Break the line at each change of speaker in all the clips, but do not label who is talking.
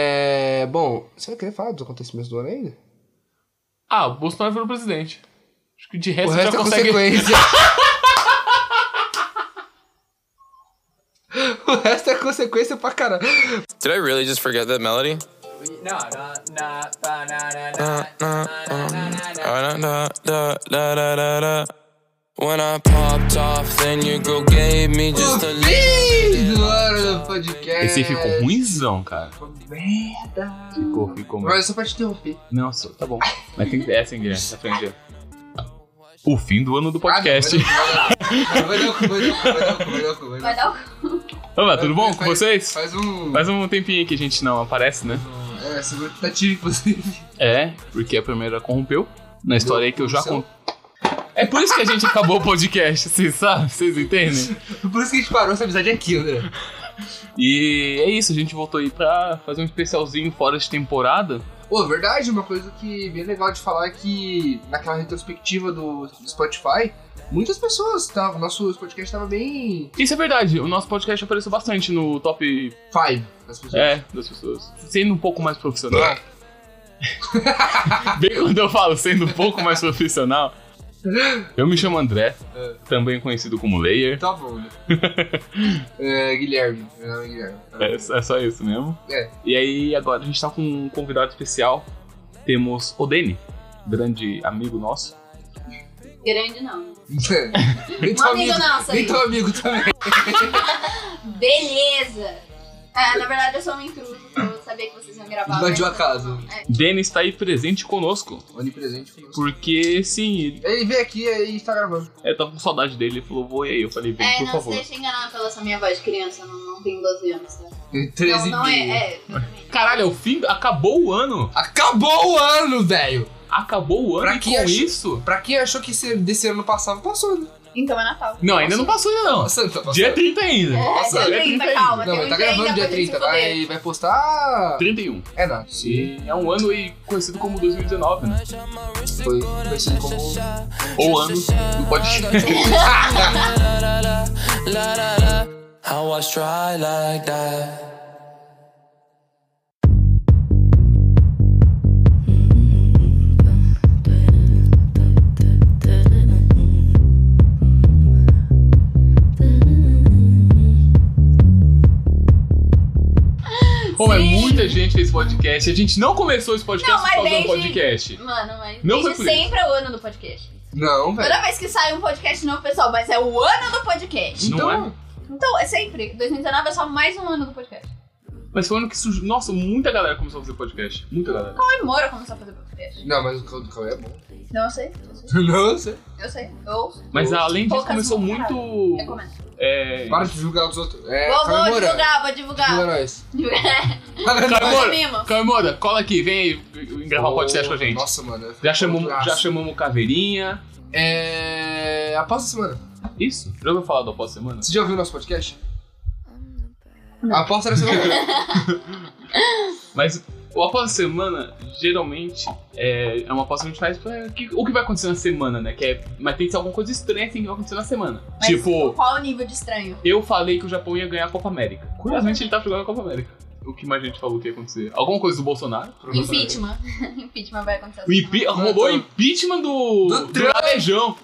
É, bom, você vai querer falar dos acontecimentos do ano ainda?
Ah, o Bolsonaro virou presidente. Acho que de resto
o
já
resto é
consegue.
consequência. o resto é consequência pra caralho.
Did I really just forget that melody? Na, na, um, da, da, da, da, da, da, da. When I popped off, then your girl gave me
O
just a little.
fim do ano do podcast.
Esse aí ficou ruimzão, cara.
Merda.
Ficou, ficou.
Mas é só pra te interromper.
Nossa, tá bom. Mas tem que. É assim, Guilherme, aprende. O fim do
Ah,
ano do podcast.
Vai um
Vai dar o
Olá, tudo bom com vocês?
Faz um.
Faz um tempinho que a gente não aparece, né?
É, segura a tentativa, inclusive.
É, porque a primeira corrompeu. Na história aí que eu já
corrupção.
contei. É por isso que a gente acabou o podcast, vocês sabem? Vocês entendem?
Por isso que a gente parou essa amizade é aqui, André.
E é isso, a gente voltou aí pra fazer um especialzinho fora de temporada.
Pô, verdade, uma coisa que bem legal de falar é que naquela retrospectiva do, do Spotify, muitas pessoas estavam. Nosso podcast tava bem
Isso é verdade, o nosso podcast apareceu bastante no top
five das pessoas. Ah,
é, das pessoas. Sendo um pouco mais profissional. Bem quando eu falo sendo um pouco mais profissional, eu me chamo André,
É.
também conhecido como Layer.
Tá bom, né? é, Guilherme, meu nome é Guilherme.
É, é só isso mesmo.
É.
E aí agora a gente tá com um convidado especial. Temos o Deni, grande amigo nosso.
grande não.
nem
Um
teu
amigo
amigo,
nosso
nem
aí.
teu amigo tá? também.
Beleza! Ah, na verdade eu sou uma intrusa, porque eu sabia que vocês iam gravar.
Invadiu
mas-
a casa.
É.
Deni está aí presente conosco,
Onipresente. conosco.
porque sim, ele-
Ele veio aqui e está tá gravando.
eu tava com saudade dele, ele falou, vou e aí. Eu falei, vem,
É,
por
não
favor.
se deixa enganar pela essa minha voz de criança, não, não tenho 12 anos. Tá?
Tem
Não,
13
não
e meio.
é, é.
Caralho, é o fim, acabou o ano.
Acabou o ano, velho!
Acabou o ano
Pra
e
que
com
ach-
isso...
Pra quem achou que esse- desse ano passava, passou, né?
Então é Natal.
Não, ainda não passou ainda não.
Passando, tá passando.
Dia 30 ainda.
É,
Nossa,
dia 30, calma.
Não,
tem
mas
um
tá
dia ainda
gravando
pra
dia
gente se
30,
fuder.
vai, vai postar.
31.
É, não.
E é um ano aí conhecido como 2019, né?
Foi conhecido como.
Ou ano do podcast.
La, la, la. How I try like that.
Bom, é
Sim.
muita gente fez podcast. A gente não começou esse podcast
Não, mas
por causa do
desde-
podcast.
Mano, mas
Não foi
desde
por isso. É.
sempre é o ano do podcast.
Não, velho.
Toda vez que sai um podcast novo, pessoal, mas é o ano do podcast.
Não
Então,
Então, é sempre. 2019 é só mais um ano do podcast.
Mas foi um ano que surgiu. Nossa, muita galera começou a fazer podcast. Muita galera.
Comemora começou a fazer podcast.
não, mas o Cão do Cauê é bom.
Não, eu sei, eu sei.
Não, sei.
Eu sei. Eu ouço.
Mas
Poucas,
além disso, começou
poucas,
muito.
Recomendo.
É.
Para de julgar os outros. É,
vou, vou
comemorando.
divulgar, vou
Julga
divulgar.
nós.
Divulgar.
Caimora,
Mimo.
Caimora, cola aqui, vem aí gravar o é podcast com a gente.
Nossa, mano.
Já chamamos, já chamamos o Caveirinha.
É. A pausa da semana.
Isso? Já ouviu falar do após semana?
Você já ouviu o nosso podcast? A aposta da semana.
Mas o após semana, geralmente, é, é uma aposta que a gente faz pra que- o que vai acontecer na semana, né? Que é, mas tem que ser alguma coisa estranha assim, que vai acontecer na semana.
Mas
tipo,
Qual o nível de estranho?
eu falei que o Japão ia ganhar a Copa América. Curiosamente, ele tá jogando a Copa América. O que mais a gente falou que ia acontecer? Alguma coisa do Bolsonaro?
Impeachment. Impeachment vai acontecer.
O impe rolou o impeachment do,
Do
do,
Trump.
Ladejão.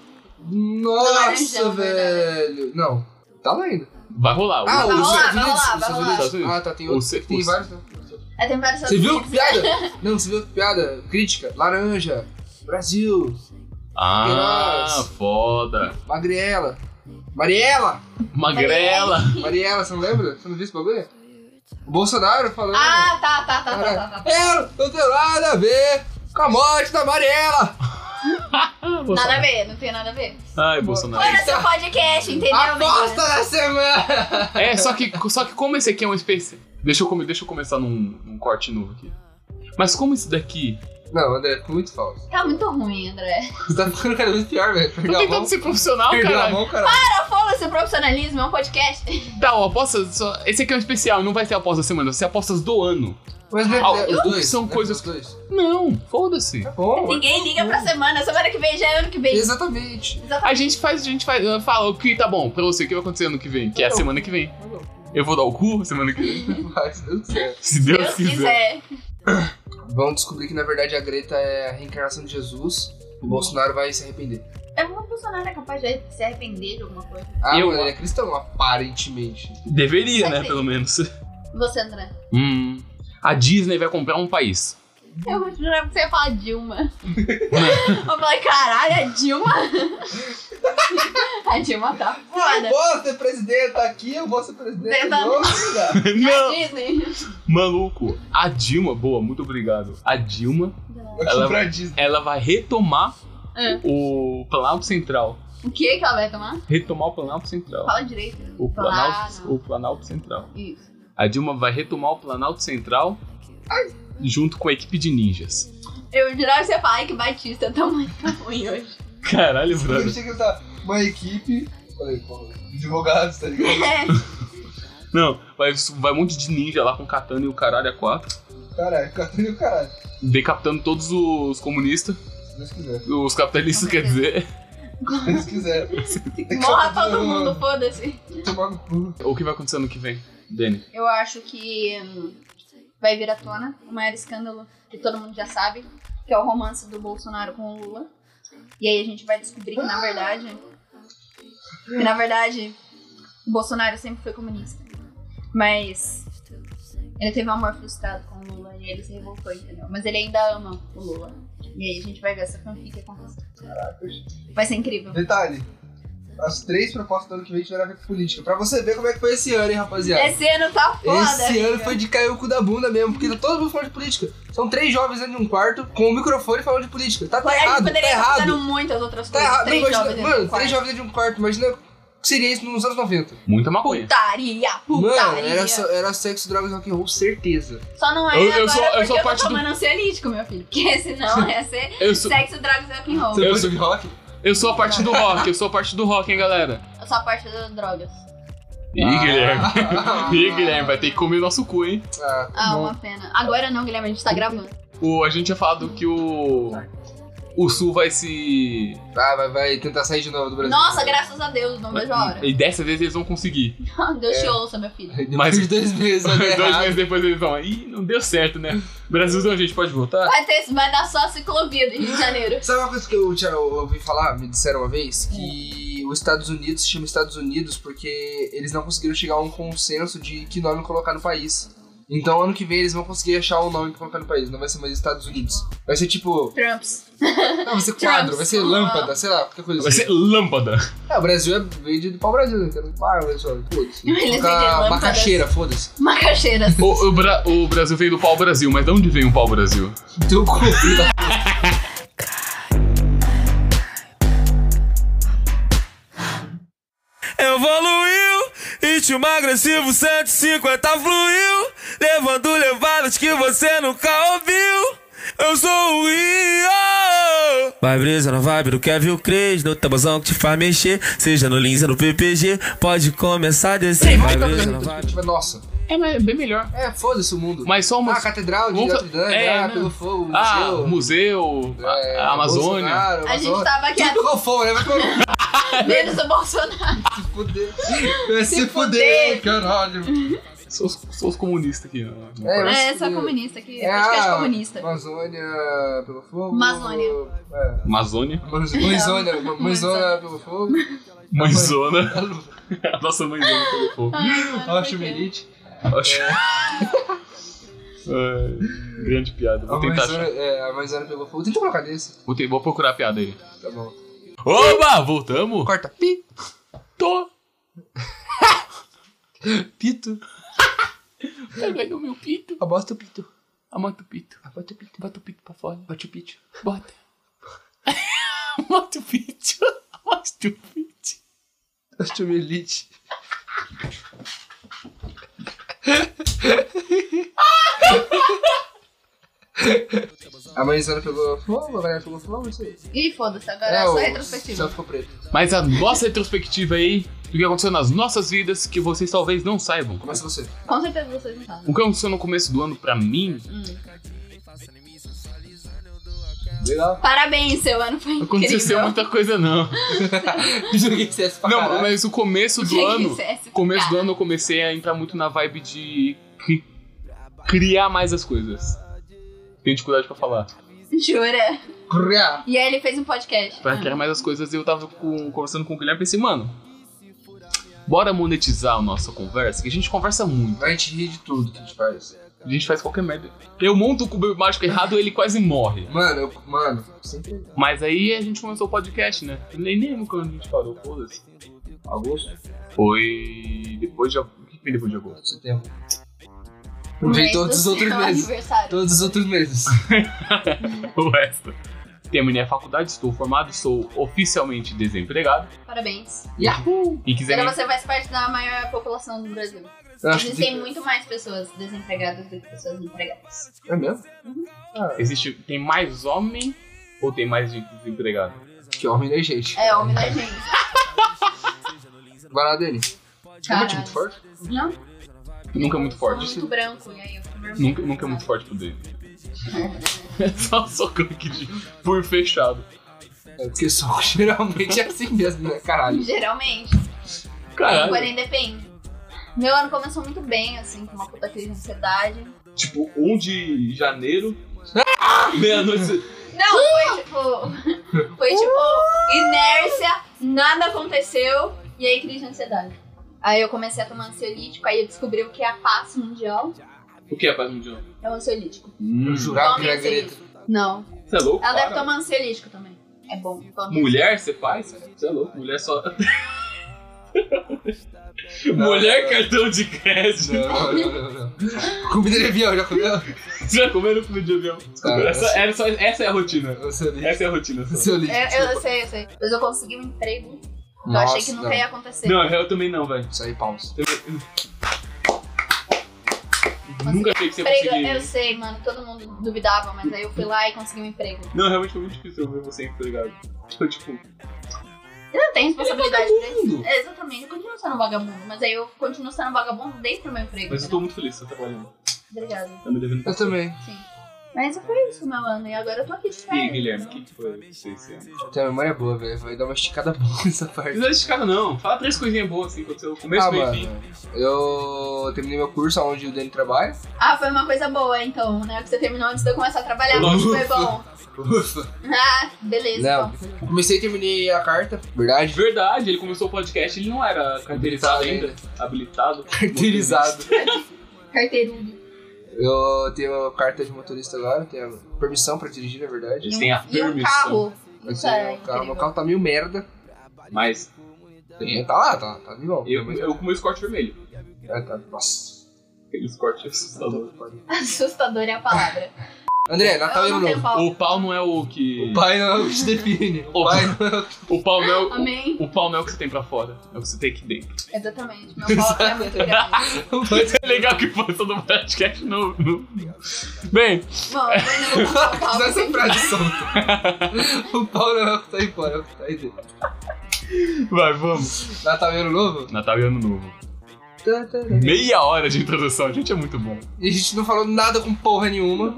Nossa,
Laranjão,
velho. Não. Tá lá ainda.
Vai rolar. o-
Ah,
é Vai
o
rolar,
Estados
vai
Unidos.
rolar,
os
vai
Estados
rolar.
Unidos. Ah, tá. Tem,
O
outro,
se-
tem
o se-
vários. né?
É temporada
Você viu que piada? Não, você viu que piada? Crítica, laranja, Brasil,
Ah,
Nossa.
foda.
Magriela. Mariela!
Magrela.
Mariela, você não lembra? Você não viu esse bagulho? O Bolsonaro falando.
Ah, tá, tá, tá, tá,
cara,
tá, tá.
Eu não tenho nada a ver com a morte da Mariela! é.
Ah,
Tá
Bolsonaro.
Nada a ver, não tem nada a ver.
Ai, Bolsonaro.
Foi no seu podcast, entendeu?
Aposta
menina?
da semana!
É, só que, só que como esse aqui é um especial. Deixa eu, come- deixa eu começar num, num corte novo aqui. Mas como esse daqui. tá
Não, André, ficou muito falso.
Tá muito ruim, André.
Você tá ficando cada vez pior, velho.
Tô
Perdeu a mão.
tentando ser profissional,
Perdeu a
cara.
mão, caralho.
Tá falando seu profissionalismo, é um podcast.
Tá, ó, aposta. Só... Esse aqui é um especial, não vai ser após da semana, vai ser apostas do ano.
Mas né,
Ah,
os dois.
são
né,
coisas
Os dois.
Não, foda-se.
Tá bom.
Ninguém liga pra semana, semana que vem já é ano que vem.
Exatamente.
A gente faz, a gente faz, fala o que tá bom pra você, o que vai acontecer ano que vem, que é a
Então.
semana que vem. Eu vou dar o cu semana que vem.
Mas, meu Deus do céu.
Se
Deus,
Deus, quiser.
quiser.
Vão descobrir que na verdade a Greta é a reencarnação de Jesus. O Bolsonaro vai se arrepender.
É uma Bolsonaro é capaz de se arrepender de alguma coisa.
Ah,
Eu-
mano, ele é cristão, aparentemente.
Deveria,
Vai
né?
ver.
Pelo menos.
Você, André.
Hum. A Disney vai comprar um país.
Eu vou jurar que você ia falar Dilma. eu falei, caralho, a Dilma? a Dilma tá foda.
vou ser presidente tá aqui, eu vou ser presidente né,
Tenta-
lugar.
A
Não!
Disney.
Maluco! A Dilma, boa, muito obrigado. A Dilma, Ela-
Aqui pra Disney.
ela vai retomar
É.
o Planalto Central.
O que que ela vai tomar?
Retomar o Planalto Central.
Fala direito.
O Planalto,
Plano.
o Planalto Central.
Isso.
A Dilma vai retomar o Planalto Central junto com a equipe de ninjas.
Eu jurava que você ia falar que Batista tá muito ruim hoje.
Caralho,
Eu
brother.
achei que ele tá uma equipe. Falei, pô, advogados, tá ligado?
É,
Não, vai, vai um monte de ninja lá com katana e o caralho a quatro.
Caralho, catando o caralho.
Decapitando todos os comunistas,
Se Deus quiser.
os capitalistas, quer dizer.
Se Deus quiser.
morra tá todo mundo, foda-se.
Tomar no cu.
O que vai acontecer ano que vem, Dani?
Eu acho que hum, vai vir à tona o maior escândalo que todo mundo já sabe, que é o romance do Bolsonaro com o Lula. E aí a gente vai descobrir que na verdade, que na verdade, o Bolsonaro sempre foi comunista, mas ele teve um amor frustrado com o Lula e ele se revoltou, entendeu? Mas ele ainda ama o Lula. E aí a gente vai ver essa fanfic acontecer. Vai ser incrível.
Detalhe. As três propostas do ano que vem tiveram a ver com política. Pra você ver como é que foi esse ano, hein, rapaziada.
Esse ano tá foda.
Esse ano
filho.
foi de cair o cu da bunda mesmo, porque tá todo mundo falando de política. São três jovens dentro de um quarto com o microfone falando de política. Tá, tá
a gente
errado, tá
poderia estar fazendo
errado.
muitas outras
Tá
coisas.
errado.
Três
Não, imagina-
jovens
mano,
dentro do quarto.
três jovens dentro de um quarto. Imagina o que seria isso nos anos 90.
Muita maconha.
Putaria, putaria.
Mano, era, só- era sexo, drogas, rock and roll, certeza.
Só não é
Eu- eu
agora
sou- eu
porque
sou
eu
parte
tô
do-
tomando ansiolítico, meu filho. Porque senão ia ser
Eu sou,
sexo, drogas e rock'n'roll.
Eu
gosta
sou-
de rock?
eu sou a parte do rock, eu sou a parte do rock, hein, galera?
Eu sou a parte das drogas.
Ih, Guilherme. Ah. Ih, Guilherme, vai ter que comer nosso cu, hein?
Ah,
Ah, uma pena. Agora não, Guilherme, a gente tá gravando.
O, a gente tinha falado que o. O Sul vai se.
ah, vai, vai tentar sair de novo do Brasil.
Nossa, graças a Deus, não vejo a hora.
E É. dessa vez eles vão conseguir.
Deus te ouça, meu filho.
Depois
Mas-
de dois meses, vai dar
Dois
É errado.
meses depois eles vão. Ih, não deu certo, né? Brasilzão, a gente pode voltar?
Vai, ter, vai dar só a ciclovia do Rio de Janeiro.
Sabe uma coisa que eu já ouvi falar, me disseram uma vez? Que os Estados Unidos se chama Estados Unidos porque eles não conseguiram chegar a um consenso de que nome colocar no país. Então ano que vem eles vão conseguir achar um nome pra colocar no país, não vai ser mais Estados Unidos. Vai ser tipo.
Trumps.
Não, vai ser quadro, vai ser lâmpada, sei lá, qualquer coisa
Vai
assim.
ser lâmpada.
É, o Brasil é veio do pau Brasil, né? Quero pau, Brasil, foda-se.
Eles vendem
Colocar
lâmpadas.
macaxeira, foda-se.
Macaxeiras.
O, o Bra- o Brasil veio do pau-brasil, mas de onde veio o pau-brasil?
Teu cu.
Evoluiu, ritmo agressivo 150 fluiu, levando levadas que você nunca ouviu. Eu sou o Rio. Vai brisa na vibe do Kevin Cres, no tabuzão que te faz mexer, seja no Linza, no PPG, pode começar a descer. Vai brisa na vibe.
Tipo, Nossa.
É, mas é bem melhor.
É, foda-se o mundo.
Mas só uma.
Ah, a catedral de
Vamos-
Notre Dame,
é,
ah,
né?
pelo fogo, o
Ah,
museu.
museu, a-
É,
a Amazônia.
Bolsonaro,
A gente
Amazônia.
tava aqui
Tudo com fome, né? Vai tomar
menos o Bolsonaro.
no cu, se fuder. Vai se,
Se
fuder,
fuder.
caralho.
Sou, sou os comunistas aqui. né?
É, vai
É,
se
só
fuder.
comunista aqui.
É,
Podcast
ah,
comunista.
Amazônia pelo fogo.
Amazônia.
É.
Amazônia.
Mãezona, mãezona pelo fogo.
Mãezona. A nossa mãezona pegou fogo.
É.
Ai, mano,
Ó,
por quê?
chumelite.
Acho- Ai, É, grande piada.
A
Vou tentar achar.
mãezona, é, a mãezona pegou fogo. Tenta colocar nesse.
Vou, te- vou procurar a piada aí.
Tá bom.
Oba! Voltamos?
Corta. Pi.
Tô! pito. Pega o meu pito.
Abasta o pito.
Amota o pito. Bota o pito. Bota o pito pra fora. Bota o pito. Bota. Bota o pito. Bota o pito.
Chumelite. A mãezona pegou fogo, a galera pegou fogo, isso aí.
Ih, foda-se, agora é, só
o-
retrospectiva.
Só ficou preto.
Mas a nossa retrospectiva aí, do que aconteceu nas nossas vidas, que vocês talvez não saibam.
Começa você.
Com certeza vocês não sabem.
O que aconteceu no começo do ano pra mim
Legal.
Parabéns, seu ano foi
Não aconteceu
incrível.
muita coisa, não. é
Joguei CS pra
Não,
caralho.
mas o começo do
Gente, é
ano.
CS,
começo do
cara.
ano eu comecei a entrar muito na vibe de cri- criar mais as coisas. Tenho dificuldade pra falar.
Jura?
Correia.
E aí ele fez um podcast.
Pra criar mais as coisas, eu tava com- conversando com o Guilherme e pensei, mano, bora monetizar a nossa conversa, que a gente conversa muito.
A gente ri de tudo que a gente faz.
A gente faz qualquer merda. Eu monto o cubo mágico errado ele quase morre.
Mano, eu, mano, sempre
Mas aí a gente começou o podcast, né? Eu nem lembro quando a gente parou, foda-se.
agosto,
Foi depois de. ag- O que foi depois de agosto?
setembro.
Um
Vem
mês
todos
do
os outros
seu
meses.
aniversário.
Todos os outros meses.
O resto. Terminei a faculdade, estou formado, sou oficialmente desempregado.
Parabéns.
Yahoo!
E quiser
Agora
me...
você faz parte da maior população do Brasil.
Eu acho que.
Existem muito mais pessoas desempregadas do que pessoas empregadas.
É mesmo?
Existe. Tem mais homem ou tem mais gente desempregada?
Que homem, né, gente?
É, homem da gente.
Vai lá, Dani. Eu bati muito forte?
Não?
é Nunca é muito
Sou
forte.
muito branco, e aí eu fico vermelho.
Nunca, nunca é muito forte pro dele. É só socando aqui de por fechado.
É porque soco geralmente é assim mesmo, né? Caralho.
Geralmente.
Caralho.
Porém, depende. Meu ano começou muito bem, assim, com uma puta crise de ansiedade.
Tipo, 1 de janeiro. Meia-noite.
Não, foi tipo. Foi tipo, inércia, nada aconteceu, e aí crise de ansiedade. Aí eu comecei a tomar ansiolítico, aí eu descobri o que é a paz mundial.
O que é paz mundial?
É o ansiolítico.
Eu
Tá
jurava que
Tome
era greta.
ansiolítico. Não.
Você é louco?
Ela deve
Para.
tomar ansiolítico também. É bom. tome.
Mulher, você faz? Você é louco, mulher só. mulher, cartão de crédito.
Não, não, não, não. Comida de avião, já comeu?
Já comeram comida de avião? Desculpa,
Cara,
essa,
essa-
era só- essa é a rotina.
Eu sei.
Essa é a rotina. só.
Seu lixo.
É, eu, eu sei, eu sei. Mas eu consegui um emprego. que eu
Nossa,
achei que nunca
não.
ia acontecer.
Não, eu também não, velho.
Isso aí, paus.
Nunca achei que você ia
um Emprego,
conseguir.
eu sei, mano, todo mundo duvidava, mas aí eu fui lá e consegui um emprego.
Não, realmente foi muito difícil eu ver você empregado. Eu, tipo,
Eu não tenho responsabilidade pra isso. É, Exatamente, eu continuo sendo vagabundo, mas aí eu continuo sendo vagabundo desde o meu emprego. né?
mas eu tô muito feliz, você tá trabalhando.
Obrigada.
Tá me devendo
Eu também.
Mas foi isso, meu ano, e agora eu tô aqui de
E aí,
férias.
Guilherme, o
então.
que que foi esse ano?
Tem a memória boa, velho. Vai dar uma esticada boa nessa
Não
parte.
precisa de cara, não. Fala três coisinhas boas, assim, aconteceu o começo,
Ah,
meio e
mano.
fim.
Eu terminei meu curso onde o Dani trabalha. né?
Ah, foi uma coisa boa então, né? Que você terminou antes de eu começar a trabalhar,
Nossa.
mas foi bom. Ah, beleza.
Não.
bom.
Comecei e terminei a carta, verdade?
Verdade, ele começou o podcast, ele não era carteirizado ainda. Habilitado.
Carteirizado.
Carteirudo.
Eu tenho a carta de motorista agora, tenho a permissão pra dirigir, na verdade.
Eles têm a
E um
permissão.
carro.
Mas
Isso é
o carro, meu
incrível.
carro tá meio merda.
Mas
Tem, Tá lá, tá, tá de bom.
eu, eu com o meu escorte vermelho.
É, tá, nossa.
Aquele escorte é assustador.
Assustador é a palavra.
André, Natal e
eu
Ano
não tenho
Novo.
pau.
O pau não é o que.
O pai não é o que te define. O
Opa.
pai não é o que
O pau não é o.
Amém.
O pau não é o que você tem pra fora, é o que você tem aqui dentro.
Exatamente. Meu pau é muito grande.
É legal que foi todo podcast novo. Bem,
Bom, eu não vou falar o pau,
Só
porque
é essa frase solta. o pau não é o que tá aí fora, é o que tá aí dentro.
vai, vamos.
Natal e Ano Novo?
Natal e Ano Novo.
Tá, tá, tá.
Meia hora de introdução, gente, é muito bom.
E a gente não falou nada com porra nenhuma.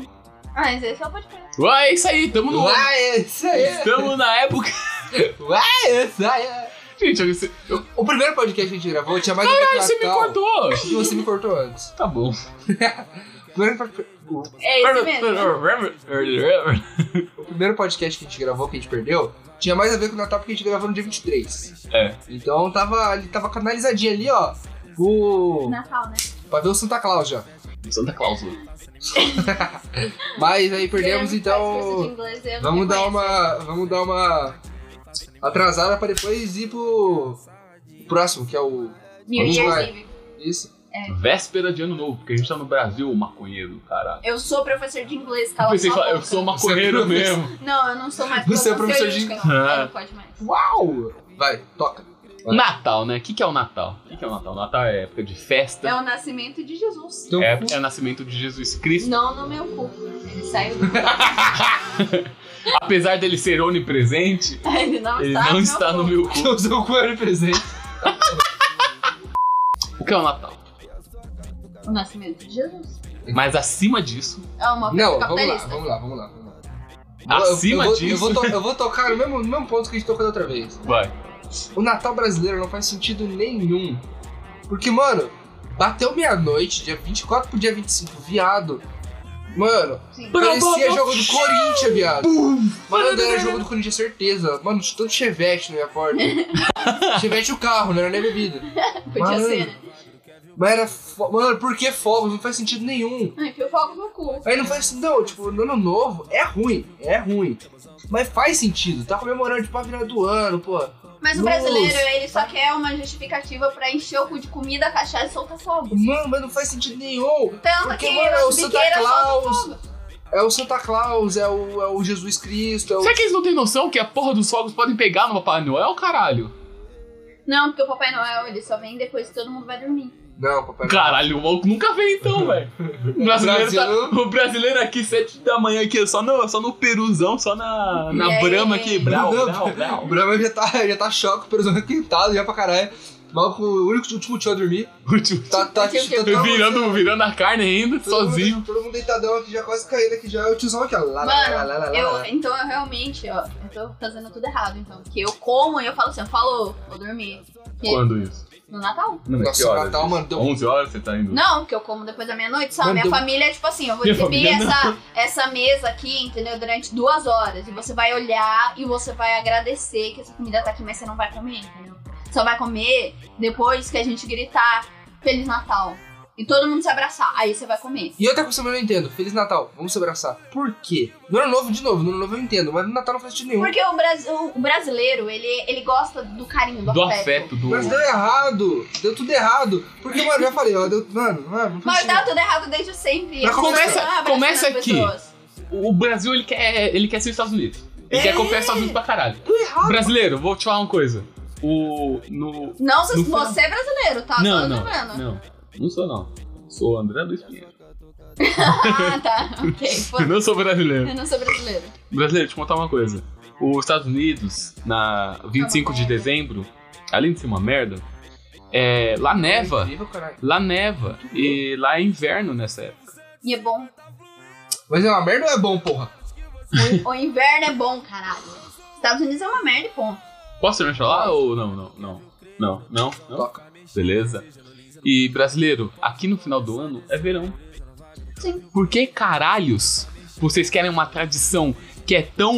Ah, mas esse é o podcast.
Uai, é isso aí, tamo no. ar.
Uai, isso aí. é.
Tamo na época.
Uai, isso aí. é.
Gente, eu-
Tá
você, eu-
O primeiro podcast que a gente gravou tinha mais a ver com
você me
Natal.
cortou.
E você me cortou antes.
Tá bom.
O primeiro pod-
É esse mesmo.
O primeiro podcast que a gente gravou, que a gente perdeu, tinha mais a ver com o Natal porque a gente gravou no dia 23.
É.
Então tava ali, tava canalizadinho ali, ó. O.
Natal, né?
Pra ver o Santa Claus já.
Santa Claus. né?
Mas aí perdemos,
Guilherme faz curso de
então.
inglês, eu não
Vamos dar
reconheço.
uma. Vamos dar uma. Atrasada pra depois ir pro. Próximo, que é o.
New
Vamos
Year's
lá.
Eve.
Isso.
É. Véspera de Ano Novo, porque a gente tá no Brasil, maconheiro, caralho.
Eu sou professor de inglês,
Eu
cala
pensei,
sua
que fala, eu
boca.
sou maconheiro
Você é professor.
mesmo.
Não, eu não sou mais
Você é
professor
professor de
jurídico, não.
Ah.
Aí não pode mais.
Uau! Vai, toca.
Natal, né? O que, que é o Natal? O que, que é o Natal? Natal é época de festa.
É o nascimento de Jesus.
Então,
É, é o nascimento de Jesus Cristo.
Não no meu cu. Ele saiu do
Apesar dele ser onipresente,
Ele não
ele
está,
não está tá no
cu.
meu cu.
eu sou o Coelho presente.
O que é o Natal?
O nascimento de Jesus.
Mas acima disso,
É uma coisa
Não, vamos lá,
capitalista.
vamos lá, vamos lá, vamos lá. Eu- eu-
Acima
eu vou-
disso.
Eu vou, to- eu vou tocar no mesmo, no mesmo ponto que a gente tocou da outra vez.
Vai.
O Natal brasileiro não faz sentido nenhum. Porque, mano, bateu meia-noite, dia 24 pro dia 25, viado. Mano,
Sim.
parecia jogo do Corinthians, viado. Mano, era jogo do Corinthians, certeza. Mano, tinha tanto chevette na minha porta. chevette o carro, não era nem bebida.
Podia
Malandro.
ser, né?
Mas era. fo- Mano, por que fogos? Não faz sentido nenhum.
Ah, enfia o fogo no cu.
Aí não faz sentido, não, tipo, no ano novo é ruim, é ruim. Mas faz sentido, tá comemorando tipo a virada do ano, pô.
Mas o
Nossa.
brasileiro, ele só quer uma justificativa pra encher o cu de comida, cachaça e soltar fogo.
Mano, mas não faz sentido nenhum.
Tanto
Porque,
que
mano, é o
as
Santa
biqueiras soltam
Claus.
fogo.
É o Santa Claus, é o, é o Jesus Cristo, é o.
Será que eles não têm noção que a porra dos fogos podem pegar no Papai Noel, caralho?
Não, porque o Papai Noel, ele só vem depois que todo mundo vai dormir.
Não, papai.
Caralho, o maluco nunca vê então, velho. O brasileiro, tá-
Brasil.
o brasileiro aqui, sete da manhã aqui, só no, só no Peruzão, só na, na
E aí?
Brahma aqui. Brau,
Não,
brau,
O
brau.
Brahma já tá, já tá choque, pelo menos quintado já pra caralho. Mal com o único último tio a dormir.
Último.
Tá, tá, tá,
Tio, tio.
tá-
Virando, virando a carne ainda,
todo mundo-
sozinho.
Todo mundo deitadão aqui, já quase caindo aqui, já é o tiozão aqui, ó. Lá, lá, lá, lá, lá, lá,
Mano, eu,
lá.
então eu realmente, ó, eu tô fazendo tudo errado, então. Porque eu como e eu falo assim, eu falo, vou dormir. Porque-
Quando isso?
No Natal.
Não,
Nossa, o Natal, mano, deu-
11 horas você tá indo.
Não, porque eu como depois da meia-noite, só
Mano,
minha
deu-
família é tipo assim, eu vou
Minha
exibir
família
essa, essa mesa aqui, entendeu? Durante duas horas. E você vai olhar e você vai agradecer que essa comida tá aqui, mas você não vai comer, entendeu? Só vai comer depois que a gente gritar Feliz Natal. E todo mundo se abraçar. Aí você vai comer.
E outra coisa que eu não entendo. Feliz Natal, vamos se abraçar. Por quê? No ano novo, de novo, no ano novo eu entendo, mas no Natal não faz sentido nenhum.
Porque o, brasi- o brasileiro, ele, ele gosta do carinho, do,
Do afeto, do.
Mas deu errado, deu tudo errado. Porque, mano, já falei, ó, deu. Mano, mano, não faz
Mas dá
sentido.
tudo errado desde sempre.
Mas
Eu
começa-
tô abraçando
começa
as
aqui.
pessoas.
O Brasil, ele quer, ele quer ser os Estados Unidos. Ele quer copiar os Estados Unidos pra caralho.
Deu errado.
Brasileiro, vou te falar uma coisa. O. No.
Não, se
No
você é brasileiro, tá? Só
não, não,
lembrando.
não. Não sou, não. Sou o André Luiz Pinheiro.
Ah, tá. Ok.
Eu
foda-se.
não sou brasileiro.
Eu não sou brasileiro.
Brasileiro, deixa eu te contar uma coisa. Os Estados Unidos, na 25 de dezembro, além de ser uma merda, é, lá neva.
Incrível, caralho.
Lá neva. E lá é inverno nessa época.
E é bom.
Mas é uma merda ou é bom, porra?
O inverno é bom, caralho. Estados Unidos é uma merda, e ponto.
Posso terminar de falar ou não? Não, não. Não, não, não.
Toca.
Beleza. E brasileiro, aqui no final do ano é verão.
Sim.
Por que caralhos vocês querem uma tradição que é tão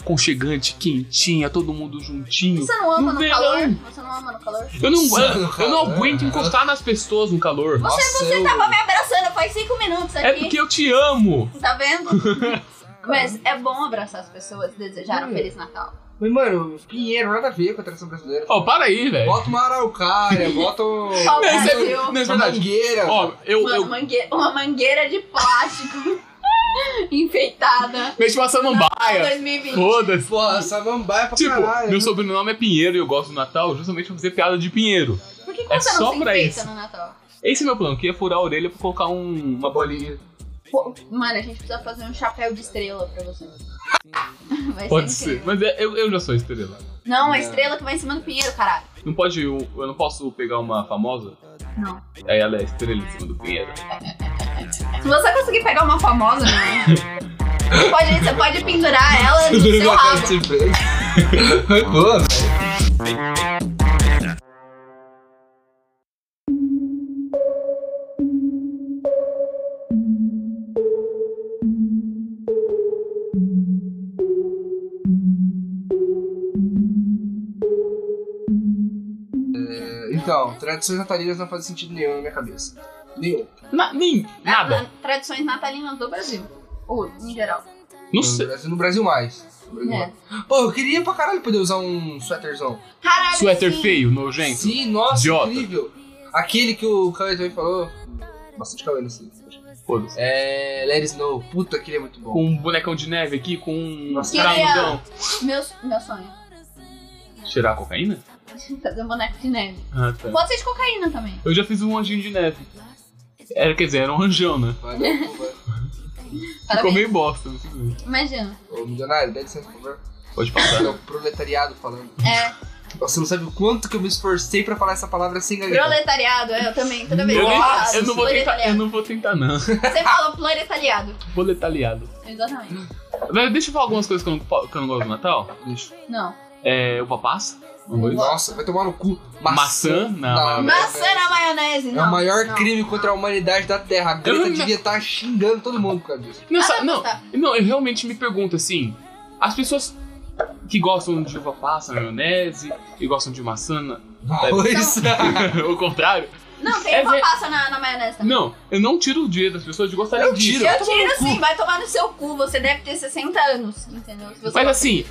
aconchegante, quentinha, todo mundo juntinho?
Você não ama
No
no,
verão.
calor? Você não ama no calor?
Eu não,
Nossa,
eu, eu não
cara.
aguento encostar nas pessoas no calor.
Você,
Nossa,
você
eu-
tava me abraçando faz cinco minutos aqui.
É porque eu te amo.
Tá vendo? Mas é bom abraçar as pessoas, desejar
Hum.
um Feliz Natal.
Mas, mano, Pinheiro, nada a ver com a tradição brasileira.
Ó, para aí, velho.
Bota uma araucária, bota um-
Ó,
Não, isso é-
Brasil.
não, isso é
uma
verdade.
mangueira.
Ó, eu,
Mano,
eu
mangue- uma mangueira de plástico enfeitada.
mexo uma samambaia.
2020.
Foda-se.
Porra, samambaia pra
Tipo,
caralho.
meu sobrenome é Pinheiro e eu gosto do Natal justamente pra fazer piada de Pinheiro.
Por que, que
É
você
só
não se
pra
enfeita
isso.
no Natal?
Esse é meu plano, que ia furar a orelha pra colocar um- uma bolinha.
Pô, Mano, a gente precisa fazer um chapéu de estrela pra você. Vai
Pode
incrível.
ser. Mas é- eu, eu já sou estrela.
Não, a estrela que vai em cima do pinheiro, caralho.
Não pode, eu, eu não posso pegar uma famosa?
Não.
Aí ela é estrela em cima do Pinheiro.
Se você conseguir pegar uma famosa, né? você, pode, você pode pendurar ela no
Tudo
seu
na cara
rabo.
de surpresa. Foi boa, velho. É, Então, tradições natalinas não fazem sentido nenhum na minha cabeça. Nenhum.
Na, nem, nada.
Na- Ah, Tradições natalinas do Brasil. Ou, em geral.
Não
No
sei.
Brasil, no Brasil mais. No
Uhum.
Brasil
É.
mais. Pô, eu queria pra caralho poder usar um suéterzão.
Caralho,
Suéter
sim.
feio, nojento.
Sim, nossa,
Idiota.
incrível. Aquele que o Cauê também falou. Bastante Cauê nesse vídeo.
Foda-se.
É. Let it snow. Puta, aquele é muito bom.
Com um bonecão de neve aqui, com um
Nossa.
caramudão.
Meu, meu sonho.
Cheirar cocaína?
Fazer um boneco de neve.
Ah, tá.
Pode ser de cocaína também.
Eu já fiz um anjinho de neve. Era, quer dizer, era um anjão, né?
Vai dar um pouco, vai.
Ficou
Parabéns.
meio bosta. não sei como.
Imagina.
Ô, milionário, dá licença, por favor.
Pode passar.
Não, proletariado falando.
É,
Nossa, Você não sabe o quanto que eu me esforcei pra falar essa palavra sem galera.
proletariado, é, eu também, toda vez.
Eu, nem-
Nossa,
eu não vou tentar, eu
proletariado.
não vou tentar, não.
Você fala proletariado.
Vou detalhado.
Exatamente.
Mas Deixa eu falar algumas coisas que eu não, po- que eu não gosto do Natal.
Deixa.
Não.
É, uva passa. não gosto.
Nossa, vai tomar no cu.
Maçã? Não,
Maçã na maionese,
É
não.
o maior
não.
crime contra a humanidade da Terra. A
Eu
Greta
não-
devia estar xingando todo mundo por causa disso.
Não,
Ah,
sa-
vai
não,
gostar.
não, eu realmente me pergunto assim: as pessoas que gostam de uva passa, maionese, e gostam de maçã, na-
Pois
o contrário.
Não,
É
tem uma
ver-
passa na, na maionese também.
Não, eu não tiro o direito das pessoas de gostarem
Eu
disso.
tiro.
Eu tiro
no cu.
sim, vai tomar no seu cu. Você deve ter 60 anos, entendeu? Se você-
Mas assim,